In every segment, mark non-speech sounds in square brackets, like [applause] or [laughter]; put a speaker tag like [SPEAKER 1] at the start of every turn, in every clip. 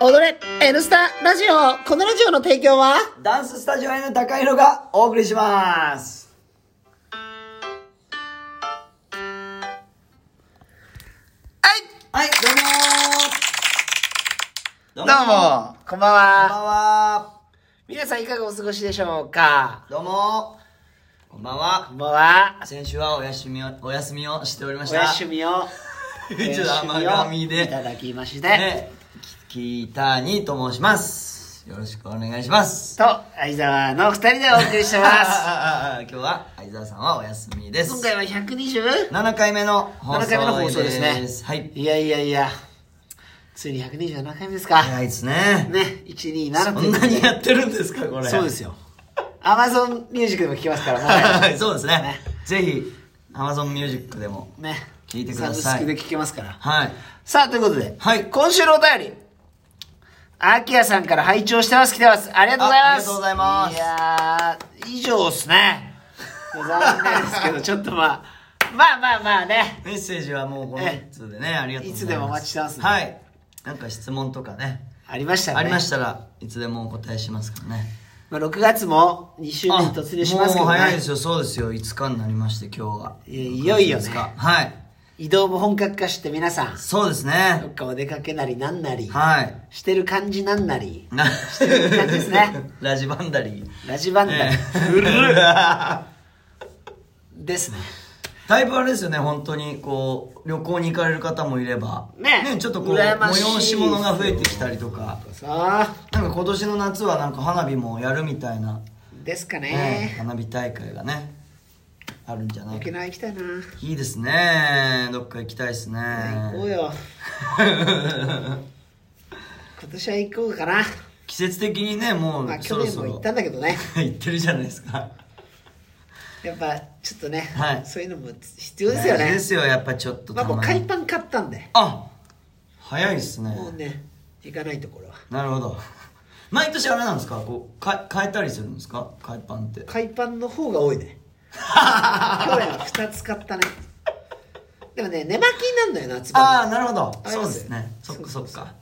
[SPEAKER 1] 踊れ N スタラジオこのラジオの提供は
[SPEAKER 2] ダンススタジオ N 高弘がお送りします。
[SPEAKER 1] はい
[SPEAKER 2] はい、
[SPEAKER 1] ど
[SPEAKER 2] どう
[SPEAKER 1] う
[SPEAKER 2] もー。
[SPEAKER 1] もこんばん
[SPEAKER 2] こんば
[SPEAKER 1] は
[SPEAKER 2] んは。
[SPEAKER 1] 皆さんいかがお過ごしでしょうか
[SPEAKER 2] どうも。こんばんは
[SPEAKER 1] こ。んばんは
[SPEAKER 2] 先週はお休みを、お休みをしておりまし
[SPEAKER 1] お
[SPEAKER 2] た。
[SPEAKER 1] 休み
[SPEAKER 2] [laughs]
[SPEAKER 1] を
[SPEAKER 2] ちょっと甘噛みで
[SPEAKER 1] いただきまして、
[SPEAKER 2] ね、キキタニと申します。よろしくお願いします。
[SPEAKER 1] と相沢の二人でお送りして
[SPEAKER 2] ああ
[SPEAKER 1] ま
[SPEAKER 2] [laughs] あ
[SPEAKER 1] す
[SPEAKER 2] あああ今日は相沢さんはお休みです。
[SPEAKER 1] 今回は 120?
[SPEAKER 2] 7回目の放送
[SPEAKER 1] 7回目の放送ですね
[SPEAKER 2] はい。
[SPEAKER 1] いやいやいやついに127回目ですか、
[SPEAKER 2] 早いですね。
[SPEAKER 1] ね127
[SPEAKER 2] そんなにやってるんですか、こ
[SPEAKER 1] [laughs]
[SPEAKER 2] れ。
[SPEAKER 1] そうです
[SPEAKER 2] よ。
[SPEAKER 1] よ Amazon ミュージックでも聴けますからもはや
[SPEAKER 2] [laughs]
[SPEAKER 1] [laughs]
[SPEAKER 2] そうですね
[SPEAKER 1] ね。
[SPEAKER 2] ぜひ、Amazon Music でも。
[SPEAKER 1] ね
[SPEAKER 2] 聞いてください
[SPEAKER 1] サブスクで聴けますから
[SPEAKER 2] はい。
[SPEAKER 1] さあ、ということで、
[SPEAKER 2] はい
[SPEAKER 1] 今週のお便り、アキヤさんから拝聴してます、来てます。ありがとうございます。
[SPEAKER 2] あありがとうございます
[SPEAKER 1] やー、以上ですね。残念ですけど、ちょっとまあ、まあまあまあね。
[SPEAKER 2] メッセージはもうこの1通でね、ありがとうございます。
[SPEAKER 1] いつでもお待ちしてますんで
[SPEAKER 2] はい。なんか質問とかね、
[SPEAKER 1] ありましたね。
[SPEAKER 2] ありましたらいつでもお答えしますからね。
[SPEAKER 1] まあ、6月も2週目に突入しますけ
[SPEAKER 2] もう
[SPEAKER 1] ど
[SPEAKER 2] 早いで
[SPEAKER 1] ね
[SPEAKER 2] す。よ、そうですよ。5日になりまして、今日は。
[SPEAKER 1] いやいよいよね
[SPEAKER 2] 6月5日はい。
[SPEAKER 1] 移動も本格化して皆さん、
[SPEAKER 2] そうです
[SPEAKER 1] ど
[SPEAKER 2] ね。
[SPEAKER 1] っかお出かけなりなんなり、
[SPEAKER 2] はい。
[SPEAKER 1] してる感じなんなり、
[SPEAKER 2] な
[SPEAKER 1] してる感じですね。
[SPEAKER 2] [laughs] ラジバンダリー。
[SPEAKER 1] ラジバンダリ、 [laughs] 古っ
[SPEAKER 2] だ
[SPEAKER 1] ですね。
[SPEAKER 2] いぶあれですよね本当にこう旅行に行かれる方もいれば
[SPEAKER 1] ね
[SPEAKER 2] ちょっとこう
[SPEAKER 1] 羨ましい
[SPEAKER 2] 催し物が増えてきたりとか
[SPEAKER 1] さあ、
[SPEAKER 2] なんか今年の夏はなんか花火もやるみたいな、
[SPEAKER 1] ですか
[SPEAKER 2] ね
[SPEAKER 1] ね。
[SPEAKER 2] 花火大会がねあるんじゃない
[SPEAKER 1] 沖
[SPEAKER 2] か
[SPEAKER 1] 縄行きたいな。
[SPEAKER 2] いいですねどっか行きたいですね
[SPEAKER 1] 行こうよ今年は行こうかな
[SPEAKER 2] [laughs] 季節的にねもう
[SPEAKER 1] まあ去
[SPEAKER 2] そろ
[SPEAKER 1] 年
[SPEAKER 2] そ
[SPEAKER 1] も
[SPEAKER 2] ろ
[SPEAKER 1] 行ったんだけどね
[SPEAKER 2] [laughs] 行ってるじゃないですか
[SPEAKER 1] やっぱちょっとね、
[SPEAKER 2] はい
[SPEAKER 1] そういうのも必要ですよ
[SPEAKER 2] 大事
[SPEAKER 1] ね
[SPEAKER 2] ですよやっぱちょっと
[SPEAKER 1] まあ
[SPEAKER 2] た
[SPEAKER 1] もう
[SPEAKER 2] ま
[SPEAKER 1] 海
[SPEAKER 2] に
[SPEAKER 1] パン買ったんで
[SPEAKER 2] あ早いですね
[SPEAKER 1] もうね行かないところは
[SPEAKER 2] なるほど [laughs] 毎年あれなんですかこうか変えたりするんですか海パンって
[SPEAKER 1] 海パンの方が多い
[SPEAKER 2] [laughs]
[SPEAKER 1] ね去年は2つ買ったねでもね寝巻きになるのよ夏場
[SPEAKER 2] ああなるほど
[SPEAKER 1] あり
[SPEAKER 2] そう
[SPEAKER 1] ま
[SPEAKER 2] ですすねそっかそっ
[SPEAKER 1] そうそう
[SPEAKER 2] か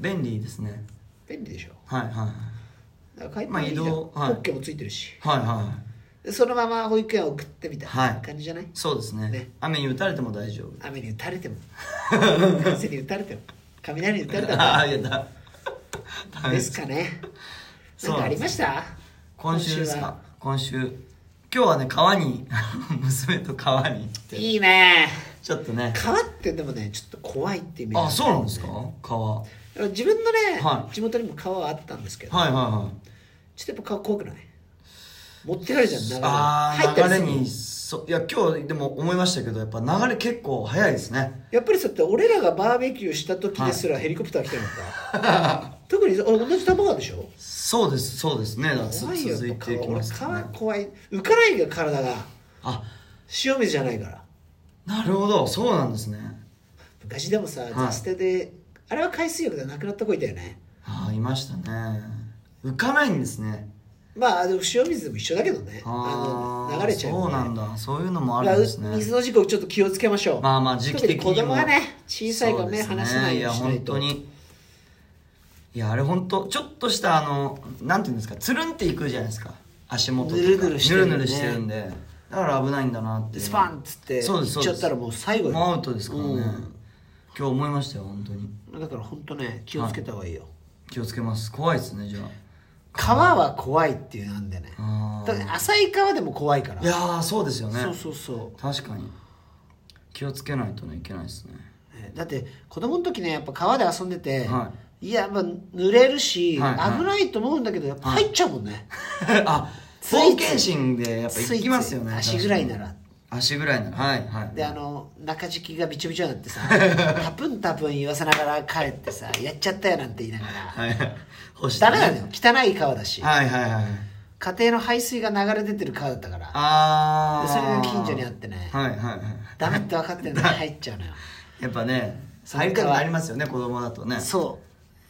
[SPEAKER 2] 便利ですね
[SPEAKER 1] 便利でしょ
[SPEAKER 2] はいはいはい
[SPEAKER 1] だから海パンいいじゃん
[SPEAKER 2] まあ移動はい
[SPEAKER 1] ポッケもついてるし
[SPEAKER 2] はいは
[SPEAKER 1] でそのまま保育園送ってみたいな感じじゃない、
[SPEAKER 2] いそうですね
[SPEAKER 1] ね
[SPEAKER 2] 雨に打たれても大丈夫
[SPEAKER 1] 雨に打たれ
[SPEAKER 2] [laughs]
[SPEAKER 1] ても風に打たれても雷に打たれても
[SPEAKER 2] [laughs] ああいやだダメ
[SPEAKER 1] で
[SPEAKER 2] ですす
[SPEAKER 1] かね。
[SPEAKER 2] そ
[SPEAKER 1] な
[SPEAKER 2] うん
[SPEAKER 1] かありました
[SPEAKER 2] 今週ですか
[SPEAKER 1] 今
[SPEAKER 2] 今週今日はね川に [laughs] 娘と川に行っ
[SPEAKER 1] 週は
[SPEAKER 2] て
[SPEAKER 1] いいね。
[SPEAKER 2] ちょっとね
[SPEAKER 1] 川ってでもね、ちょっと怖いってイメージ。
[SPEAKER 2] あそうなんですか川はい
[SPEAKER 1] 自分のね、
[SPEAKER 2] はい
[SPEAKER 1] 地元にも川はあったんですけど、
[SPEAKER 2] はいはい
[SPEAKER 1] ちょっとやっぱ川怖くない持ってかれちゃう、流れ。
[SPEAKER 2] あ
[SPEAKER 1] 入っ
[SPEAKER 2] あ流
[SPEAKER 1] た
[SPEAKER 2] れ
[SPEAKER 1] りする
[SPEAKER 2] にそいや今日でも思いましたけどやっぱ流れ結構早いですね
[SPEAKER 1] やっぱりそうやって、俺らがバーベキューした時ですらヘリコプター来てるんだ。
[SPEAKER 2] [laughs]
[SPEAKER 1] 特に、あ同じ玉川でしょ
[SPEAKER 2] そうですそうですねだからつ
[SPEAKER 1] 怖いよ、
[SPEAKER 2] 続いていき
[SPEAKER 1] 川。
[SPEAKER 2] ま
[SPEAKER 1] 俺、
[SPEAKER 2] す
[SPEAKER 1] 川
[SPEAKER 2] ね
[SPEAKER 1] 怖い。浮かないよ、体が。
[SPEAKER 2] あ
[SPEAKER 1] 塩水じゃないから。
[SPEAKER 2] なるほどそうなんですね
[SPEAKER 1] 昔でもさ、ザステで、あれは海水浴でなくなった子いたよね。
[SPEAKER 2] ああいましたね浮かないんですね
[SPEAKER 1] まあでも塩水でも一緒だけどね
[SPEAKER 2] あ
[SPEAKER 1] あ
[SPEAKER 2] あ
[SPEAKER 1] の流れちゃうよね
[SPEAKER 2] そうなんだそういうのもあ
[SPEAKER 1] だ
[SPEAKER 2] る
[SPEAKER 1] か
[SPEAKER 2] ん
[SPEAKER 1] ら
[SPEAKER 2] ですね
[SPEAKER 1] 水の事故ちょっと気をつけましょう
[SPEAKER 2] まあまあ時期的にも
[SPEAKER 1] 特に子供はね小さいから目
[SPEAKER 2] そうで
[SPEAKER 1] 離
[SPEAKER 2] す
[SPEAKER 1] さない
[SPEAKER 2] い
[SPEAKER 1] よう
[SPEAKER 2] や
[SPEAKER 1] にしない
[SPEAKER 2] 本
[SPEAKER 1] と
[SPEAKER 2] 当にいやあれ本当ちょっとしたあのなんていうんですかつるんっていくじゃないですか足元とか
[SPEAKER 1] ぬるぬるしてるよね
[SPEAKER 2] ぬるぬるしてるんでだから危ないんだなって
[SPEAKER 1] スパンっつって
[SPEAKER 2] そうですそうです
[SPEAKER 1] 行っちゃったらもう最後よ
[SPEAKER 2] もうアウトですからね、
[SPEAKER 1] うん
[SPEAKER 2] 今日思いましたよ本当に
[SPEAKER 1] だから本当ね気をつけた方がいいよ、
[SPEAKER 2] 気をつけます怖いですねじゃあ
[SPEAKER 1] 川は怖いっていうなんでね
[SPEAKER 2] あー
[SPEAKER 1] だから浅い川でも怖いから
[SPEAKER 2] いやーそうですよね
[SPEAKER 1] そうそうそ
[SPEAKER 2] 確かに気をつけないとねいけないで
[SPEAKER 1] [laughs]
[SPEAKER 2] すね
[SPEAKER 1] うねだって子供の時ねやっぱ川で遊んでて、、
[SPEAKER 2] はい
[SPEAKER 1] やまあ濡れるし、
[SPEAKER 2] はいはい
[SPEAKER 1] 危ないと思うんだけどやっぱ入っちゃうもんね、
[SPEAKER 2] あ
[SPEAKER 1] ついつい
[SPEAKER 2] 冒険心でやっぱ行きますよね
[SPEAKER 1] ついつい足ぐらいなら
[SPEAKER 2] 足ぐらいならはいはい
[SPEAKER 1] であの中敷きがびちょびちょになって
[SPEAKER 2] [laughs]
[SPEAKER 1] さタプンタプン言わせながら帰ってさやっちゃったよなんて言いながら
[SPEAKER 2] はい干して
[SPEAKER 1] [laughs] ダメ
[SPEAKER 2] ね
[SPEAKER 1] なのよ汚い川だし
[SPEAKER 2] はいはいはい
[SPEAKER 1] 家庭の排水が流れ出てる川だったから
[SPEAKER 2] あ
[SPEAKER 1] で
[SPEAKER 2] あ
[SPEAKER 1] それが近所にあってね
[SPEAKER 2] はいはいはい
[SPEAKER 1] ダメって分かってる
[SPEAKER 2] [laughs]
[SPEAKER 1] のに入っちゃうのよ
[SPEAKER 2] やっぱね
[SPEAKER 1] それ
[SPEAKER 2] 最
[SPEAKER 1] か
[SPEAKER 2] 高
[SPEAKER 1] ら
[SPEAKER 2] になりますよね子供だとね
[SPEAKER 1] そ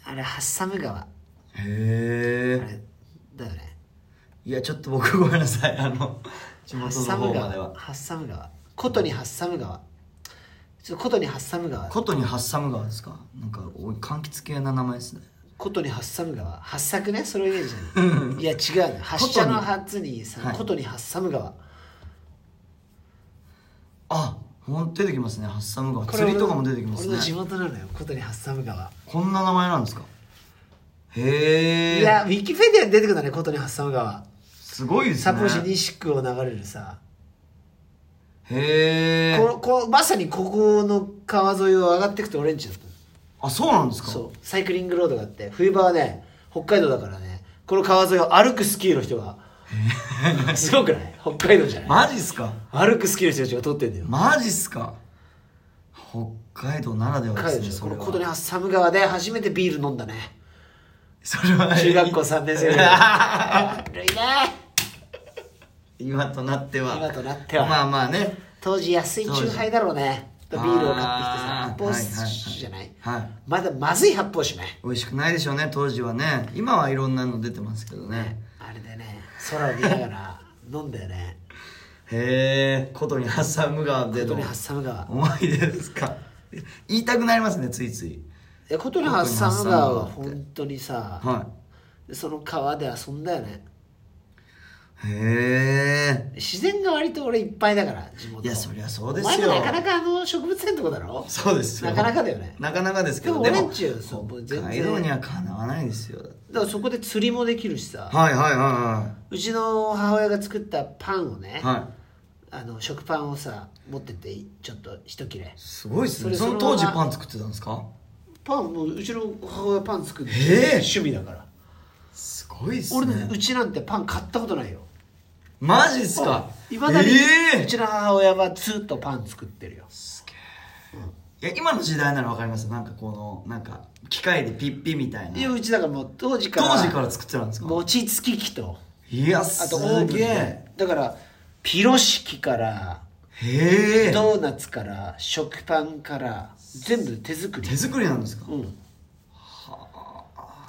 [SPEAKER 1] うあれハッサム川あ
[SPEAKER 2] へ
[SPEAKER 1] れ
[SPEAKER 2] え
[SPEAKER 1] だよね
[SPEAKER 2] いやちょっと僕ごめんなさいあの地
[SPEAKER 1] ハッ
[SPEAKER 2] 元
[SPEAKER 1] サム
[SPEAKER 2] の方
[SPEAKER 1] 川
[SPEAKER 2] までは
[SPEAKER 1] ハッサム川琴にハッサム川ちょっと琴にハッサム川
[SPEAKER 2] ことにハッサム川ですかなんかおい柑橘系な名前ですね
[SPEAKER 1] ことに発散川発作ねそれを言えるじゃ
[SPEAKER 2] うん
[SPEAKER 1] んいや違うね発射の発に
[SPEAKER 2] は
[SPEAKER 1] さ
[SPEAKER 2] い
[SPEAKER 1] ことに発散川
[SPEAKER 2] あほん出てきますねハッサム川
[SPEAKER 1] これ
[SPEAKER 2] 釣りとかも出てきます
[SPEAKER 1] 俺の地
[SPEAKER 2] ね
[SPEAKER 1] 元なのよことに発散川
[SPEAKER 2] こんな名前なんですかへ
[SPEAKER 1] いや
[SPEAKER 2] え
[SPEAKER 1] ウィキペディアに出てくるんだねことに発散川
[SPEAKER 2] すごいです
[SPEAKER 1] 札幌市
[SPEAKER 2] ね
[SPEAKER 1] 西区を流れるさ
[SPEAKER 2] へえ
[SPEAKER 1] ここまさにここの川沿いを上がっていくとオレンジだったの
[SPEAKER 2] あそうなんですか
[SPEAKER 1] そうサイクリングロードがあって冬場はね北海道だからねこの川沿いを歩くスキーの人がすごくない北海道じゃない、
[SPEAKER 2] マジっすか
[SPEAKER 1] 歩くスキーの人たちが通ってんだよ
[SPEAKER 2] マジっすか北海道ならでは
[SPEAKER 1] 北
[SPEAKER 2] で
[SPEAKER 1] 海
[SPEAKER 2] す
[SPEAKER 1] 道
[SPEAKER 2] ね
[SPEAKER 1] でしょ
[SPEAKER 2] そ
[SPEAKER 1] こ
[SPEAKER 2] れ
[SPEAKER 1] の琴
[SPEAKER 2] は
[SPEAKER 1] 音寒川で初めてビール飲んだね
[SPEAKER 2] それは
[SPEAKER 1] 中学校3年生ぐらい [laughs]
[SPEAKER 2] [laughs]
[SPEAKER 1] 悪いね
[SPEAKER 2] 今となっては
[SPEAKER 1] 今となっては
[SPEAKER 2] まあまあね
[SPEAKER 1] 当時安いチューハイだろうねビ
[SPEAKER 2] 当
[SPEAKER 1] ー
[SPEAKER 2] 時
[SPEAKER 1] ルを買ってきてさ
[SPEAKER 2] あ
[SPEAKER 1] 発
[SPEAKER 2] ー
[SPEAKER 1] 泡酒じゃない,、
[SPEAKER 2] はいはいはい
[SPEAKER 1] まだまずい発泡酒ね
[SPEAKER 2] 美味しくないでしょうね当時はね今はいろんなの出てますけどね
[SPEAKER 1] あれでね空を見ながら [laughs] 飲んだよね
[SPEAKER 2] へえことにハッサム川で
[SPEAKER 1] 琴音
[SPEAKER 2] の
[SPEAKER 1] 寒川
[SPEAKER 2] 思い出ですか [laughs] 言いたくなりますねついつい
[SPEAKER 1] いや琴音寒川は本当にさ、
[SPEAKER 2] は
[SPEAKER 1] でその川で遊んだよね
[SPEAKER 2] いへえ
[SPEAKER 1] 自然が割と俺いっぱいだから地元
[SPEAKER 2] いやそりゃそうです
[SPEAKER 1] お前
[SPEAKER 2] よ
[SPEAKER 1] もなかなかあの植物園のとこだろ
[SPEAKER 2] そうですよ
[SPEAKER 1] なかなかだよね
[SPEAKER 2] なかなかですけど
[SPEAKER 1] でも俺んちはそうもう全
[SPEAKER 2] 北
[SPEAKER 1] 然
[SPEAKER 2] 海道にはかなわないですよだって
[SPEAKER 1] だからそこで釣りもできるしさ
[SPEAKER 2] はいはいは
[SPEAKER 1] うちの母親が作ったパンをね、
[SPEAKER 2] いはいはい
[SPEAKER 1] あの食パンをさ持ってってちょっと一切れ
[SPEAKER 2] すごいです
[SPEAKER 1] そ
[SPEAKER 2] ね
[SPEAKER 1] れ
[SPEAKER 2] その
[SPEAKER 1] そのま
[SPEAKER 2] 当
[SPEAKER 1] ま
[SPEAKER 2] 時パン作ってたんですか
[SPEAKER 1] パンもううちの母親パン作るの
[SPEAKER 2] ええ
[SPEAKER 1] 趣味だから
[SPEAKER 2] すごいっす
[SPEAKER 1] 俺ね
[SPEAKER 2] ね
[SPEAKER 1] うちなんてパン買ったことないよ
[SPEAKER 2] マジっすか
[SPEAKER 1] いまだに、
[SPEAKER 2] ええ
[SPEAKER 1] うちの母親はずっとパン作ってるよ
[SPEAKER 2] いや今の時代ならわかりますなんかこのなんか機械でピッピみたい
[SPEAKER 1] いや
[SPEAKER 2] な
[SPEAKER 1] うちだからもう当時から
[SPEAKER 2] 当時から作ってたんですか
[SPEAKER 1] 餅つき機と
[SPEAKER 2] いや
[SPEAKER 1] あ
[SPEAKER 2] す
[SPEAKER 1] と大き
[SPEAKER 2] げえ
[SPEAKER 1] だからピロシキから
[SPEAKER 2] へえ
[SPEAKER 1] ドーナツから食パンから全部手作り
[SPEAKER 2] 手作りなんですか
[SPEAKER 1] うん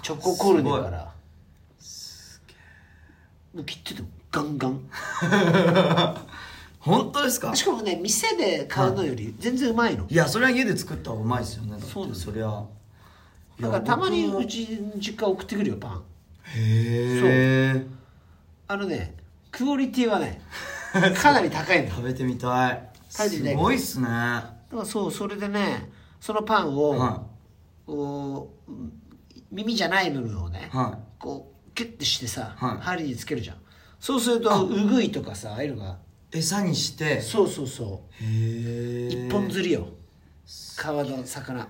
[SPEAKER 1] チョココルネからもう切っててもガンガン
[SPEAKER 2] 本当ですか
[SPEAKER 1] しかもね店で買うのより全然うまいの
[SPEAKER 2] いやそれは家で作った方がうまいですよねだって
[SPEAKER 1] そうです
[SPEAKER 2] そりゃい
[SPEAKER 1] だ
[SPEAKER 2] や
[SPEAKER 1] からたまに
[SPEAKER 2] 僕も
[SPEAKER 1] うちの実家送ってくるよパン
[SPEAKER 2] へえ
[SPEAKER 1] あのねクオリティは [laughs] ねかなり高いのだ
[SPEAKER 2] 食べてみたい
[SPEAKER 1] 食べてみたい
[SPEAKER 2] すごいっすね
[SPEAKER 1] からそうそれでねそのパンを、
[SPEAKER 2] は
[SPEAKER 1] こう耳じゃない部分をね、
[SPEAKER 2] は
[SPEAKER 1] こうキュッてしてさ、
[SPEAKER 2] はい
[SPEAKER 1] 針につけるじゃんそうするとうぐいとかさああいうのが
[SPEAKER 2] い餌にして
[SPEAKER 1] そうそうそう
[SPEAKER 2] へえ
[SPEAKER 1] 一本釣りよ皮の魚
[SPEAKER 2] は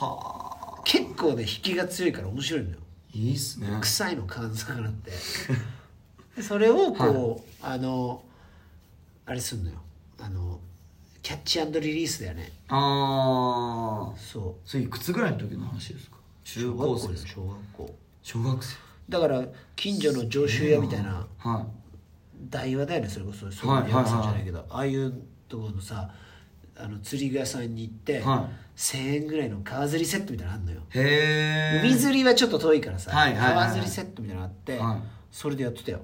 [SPEAKER 2] あ
[SPEAKER 1] 結構ね引きが強いから面白いんだよ
[SPEAKER 2] いいっすね
[SPEAKER 1] 臭いの皮の魚って
[SPEAKER 2] [laughs]
[SPEAKER 1] でそれをこう、あのあれすんのよあのキャッチリリースだよね
[SPEAKER 2] ああ
[SPEAKER 1] そ
[SPEAKER 2] それいくつぐらいの時の話ですか
[SPEAKER 1] う
[SPEAKER 2] 中高生
[SPEAKER 1] だよ小学校
[SPEAKER 2] 小学生
[SPEAKER 1] だから近所の常習屋みたいな、
[SPEAKER 2] は
[SPEAKER 1] 台湾だよねそれこそそう
[SPEAKER 2] はいはいはい
[SPEAKER 1] 山さんじゃないけど、ああいうところのさあの釣り具屋さんに行って、
[SPEAKER 2] は
[SPEAKER 1] 1000円ぐらいの川釣りセットみたいなのあんのよ、
[SPEAKER 2] いへえ
[SPEAKER 1] 海釣りはちょっと遠いからさ、
[SPEAKER 2] はいはいはいはい
[SPEAKER 1] 川釣りセットみたいなのあって、
[SPEAKER 2] はい
[SPEAKER 1] それでやってたよ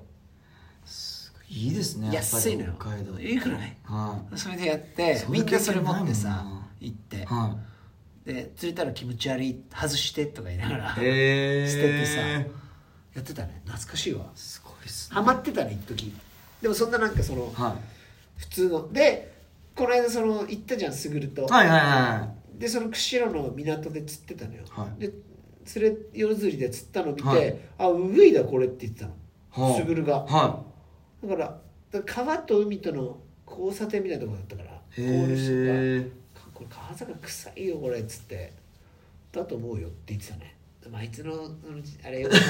[SPEAKER 2] いいですねやっぱ
[SPEAKER 1] 安い
[SPEAKER 2] り
[SPEAKER 1] のよ
[SPEAKER 2] 北海道
[SPEAKER 1] いくらね
[SPEAKER 2] は
[SPEAKER 1] それでやって
[SPEAKER 2] そんな
[SPEAKER 1] みんなそれ持って
[SPEAKER 2] 経験ない
[SPEAKER 1] さ
[SPEAKER 2] もんな
[SPEAKER 1] 行って
[SPEAKER 2] いは
[SPEAKER 1] で釣れたら気持ち悪い外してとか言いながら
[SPEAKER 2] い
[SPEAKER 1] 捨て
[SPEAKER 2] へえ
[SPEAKER 1] てさやってたね懐かしいわ
[SPEAKER 2] すごいっすね
[SPEAKER 1] ハマってたね一時でもそんななんかその、
[SPEAKER 2] は
[SPEAKER 1] 普通のでこの間その行ったじゃんすぐると、
[SPEAKER 2] いはいはいは
[SPEAKER 1] でその釧路の港で釣ってたのよ、
[SPEAKER 2] はい
[SPEAKER 1] で釣れ夜釣りで釣ったの見て、
[SPEAKER 2] はい
[SPEAKER 1] あウグイだこれって言ってたの
[SPEAKER 2] いはあ
[SPEAKER 1] すぐるが
[SPEAKER 2] は
[SPEAKER 1] だからだから川と海との交差点みたいなとこだったから
[SPEAKER 2] い
[SPEAKER 1] ゴールして
[SPEAKER 2] へえ
[SPEAKER 1] たこれ川魚臭いよこれっつってだと思うよって言ってたねでもあいつのあのあれよくわ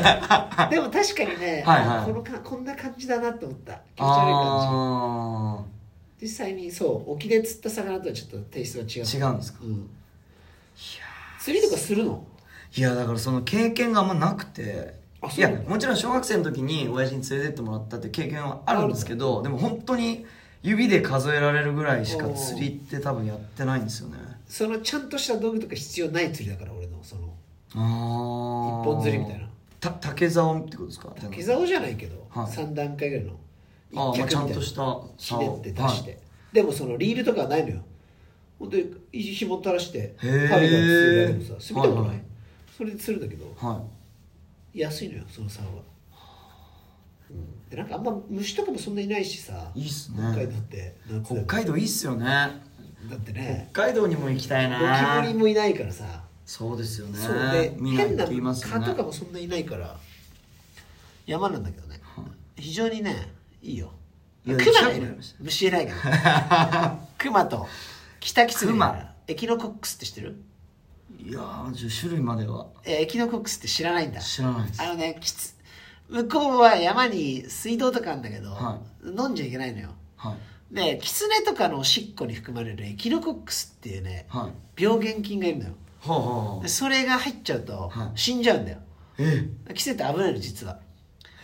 [SPEAKER 1] かんない
[SPEAKER 2] [laughs]
[SPEAKER 1] でも確かにね、
[SPEAKER 2] はいはい
[SPEAKER 1] あこのかこんな感じだなと思った気持ち悪い感じ
[SPEAKER 2] ああ
[SPEAKER 1] 実際にそう沖で釣った魚とはちょっとテイストが違う
[SPEAKER 2] 違うんですか
[SPEAKER 1] うん、釣りとかするの
[SPEAKER 2] いやだからその経験があんまなくて
[SPEAKER 1] あそ
[SPEAKER 2] いう
[SPEAKER 1] な
[SPEAKER 2] や
[SPEAKER 1] んだ
[SPEAKER 2] もちろん小学生の時に親父に連れてってもらったっていう経験はあるんですけどでも本当に指で数えられるぐらいしか釣りって多分やってないんですよね
[SPEAKER 1] そのちゃんとした道具とか必要ない釣りだから俺のその
[SPEAKER 2] ああ
[SPEAKER 1] 一本釣りみたいな
[SPEAKER 2] た竹竿ってことですか
[SPEAKER 1] 竹竿じゃないけど、
[SPEAKER 2] はい
[SPEAKER 1] 三3段階ぐらいの
[SPEAKER 2] あーまあ
[SPEAKER 1] 一
[SPEAKER 2] ちゃ
[SPEAKER 1] 脚み
[SPEAKER 2] ん
[SPEAKER 1] たい
[SPEAKER 2] と
[SPEAKER 1] な
[SPEAKER 2] した
[SPEAKER 1] ひ
[SPEAKER 2] 竿
[SPEAKER 1] ねって出して、でもそのリールとかはないのよほんでひも垂らして
[SPEAKER 2] へ
[SPEAKER 1] 針
[SPEAKER 2] ー
[SPEAKER 1] がついてあるのさす見たことない、
[SPEAKER 2] はいはい
[SPEAKER 1] それで釣るんだけど
[SPEAKER 2] は
[SPEAKER 1] 安いのよその竿は、うん、でなんかあんま虫とかもそんなにいないしさ
[SPEAKER 2] いいいっす
[SPEAKER 1] 北海道
[SPEAKER 2] ね
[SPEAKER 1] って夏
[SPEAKER 2] 北
[SPEAKER 1] だ
[SPEAKER 2] 海道いいっすよね
[SPEAKER 1] だってね
[SPEAKER 2] 北海道にも行きたい
[SPEAKER 1] ゴキブリ
[SPEAKER 2] な
[SPEAKER 1] もいないからさ
[SPEAKER 2] そうですよね
[SPEAKER 1] そうで
[SPEAKER 2] 見な
[SPEAKER 1] 変
[SPEAKER 2] いって
[SPEAKER 1] な
[SPEAKER 2] 言いますよ
[SPEAKER 1] 蚊
[SPEAKER 2] ね
[SPEAKER 1] とかもそんないないから山なんだけどね非常にねいいよ
[SPEAKER 2] い
[SPEAKER 1] ク
[SPEAKER 2] や
[SPEAKER 1] マがい
[SPEAKER 2] 行きたくな
[SPEAKER 1] る
[SPEAKER 2] りました
[SPEAKER 1] 虫いないから
[SPEAKER 2] [laughs]
[SPEAKER 1] クマとキタキツネ
[SPEAKER 2] クマ
[SPEAKER 1] がエキノコックスって知ってる
[SPEAKER 2] いやーじゃあ種類までは
[SPEAKER 1] えーエキノコックスって知らないんだ
[SPEAKER 2] 知らないです
[SPEAKER 1] あのねきつ向こうは山に水道とかあるんだけど、
[SPEAKER 2] は
[SPEAKER 1] 飲んじゃいけないのよ
[SPEAKER 2] はい
[SPEAKER 1] でキツネとかのおしっこに含まれるエキノコックスっていうね
[SPEAKER 2] はい
[SPEAKER 1] 病原菌がいるのよ
[SPEAKER 2] ほうほうほう
[SPEAKER 1] でそれが入っちゃうと
[SPEAKER 2] はい
[SPEAKER 1] 死んじゃうんだよ、
[SPEAKER 2] え
[SPEAKER 1] キツネって危ないの実は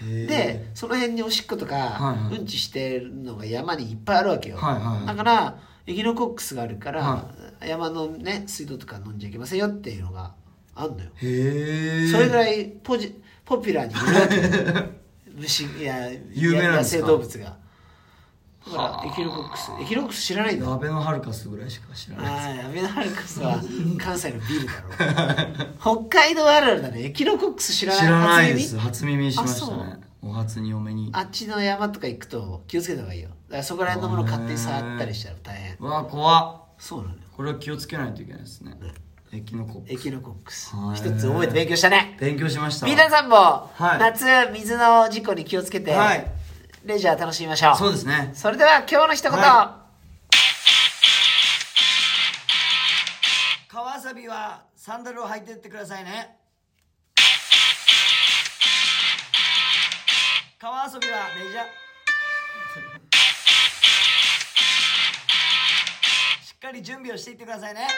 [SPEAKER 2] へー
[SPEAKER 1] でその辺におしっことか、
[SPEAKER 2] はいはい
[SPEAKER 1] うんちしてるのが山にいっぱいあるわけよ、
[SPEAKER 2] はいはいはい
[SPEAKER 1] だからエキノコックスがあるから、
[SPEAKER 2] は
[SPEAKER 1] 山のね水道とか飲んじゃいけませんよっていうのがあんのよ、
[SPEAKER 2] へえ
[SPEAKER 1] それぐ
[SPEAKER 2] い
[SPEAKER 1] らいポジポピュラーにいるわけよ虫いや
[SPEAKER 2] 有名なんです
[SPEAKER 1] 野生
[SPEAKER 2] か
[SPEAKER 1] 動物がだか
[SPEAKER 2] はあ
[SPEAKER 1] らエキノコックスエキノコックス知らないんだ
[SPEAKER 2] アベノハルカスぐらいしか知らない
[SPEAKER 1] ああやめなはるかさ関西のビールだ
[SPEAKER 2] [laughs]
[SPEAKER 1] ろ北海道あるあるだねエキノコックス知らない
[SPEAKER 2] 知ら
[SPEAKER 1] 初
[SPEAKER 2] ないで
[SPEAKER 1] 耳
[SPEAKER 2] す初耳しました
[SPEAKER 1] あそ
[SPEAKER 2] ねお初に嫁に
[SPEAKER 1] あっちの山とか行くと気をつけた方がいいよだからそこら辺のもの勝手に触ったりしたら大変
[SPEAKER 2] うわ怖っ
[SPEAKER 1] そうなのよ
[SPEAKER 2] これは気をつけないといけないですねエキノコ
[SPEAKER 1] エキノコックス
[SPEAKER 2] はい
[SPEAKER 1] 一つ覚えて勉強したね
[SPEAKER 2] 勉強しました
[SPEAKER 1] 皆さんも、
[SPEAKER 2] い
[SPEAKER 1] 夏水の事故に気をつけて、
[SPEAKER 2] はい
[SPEAKER 1] レジャー楽しみましょう
[SPEAKER 2] そうですね
[SPEAKER 1] それでは今日の一言、
[SPEAKER 2] は川わさびはサンダルを履いてってくださいね川遊びはレジャーしっかり準備をしていってくださいね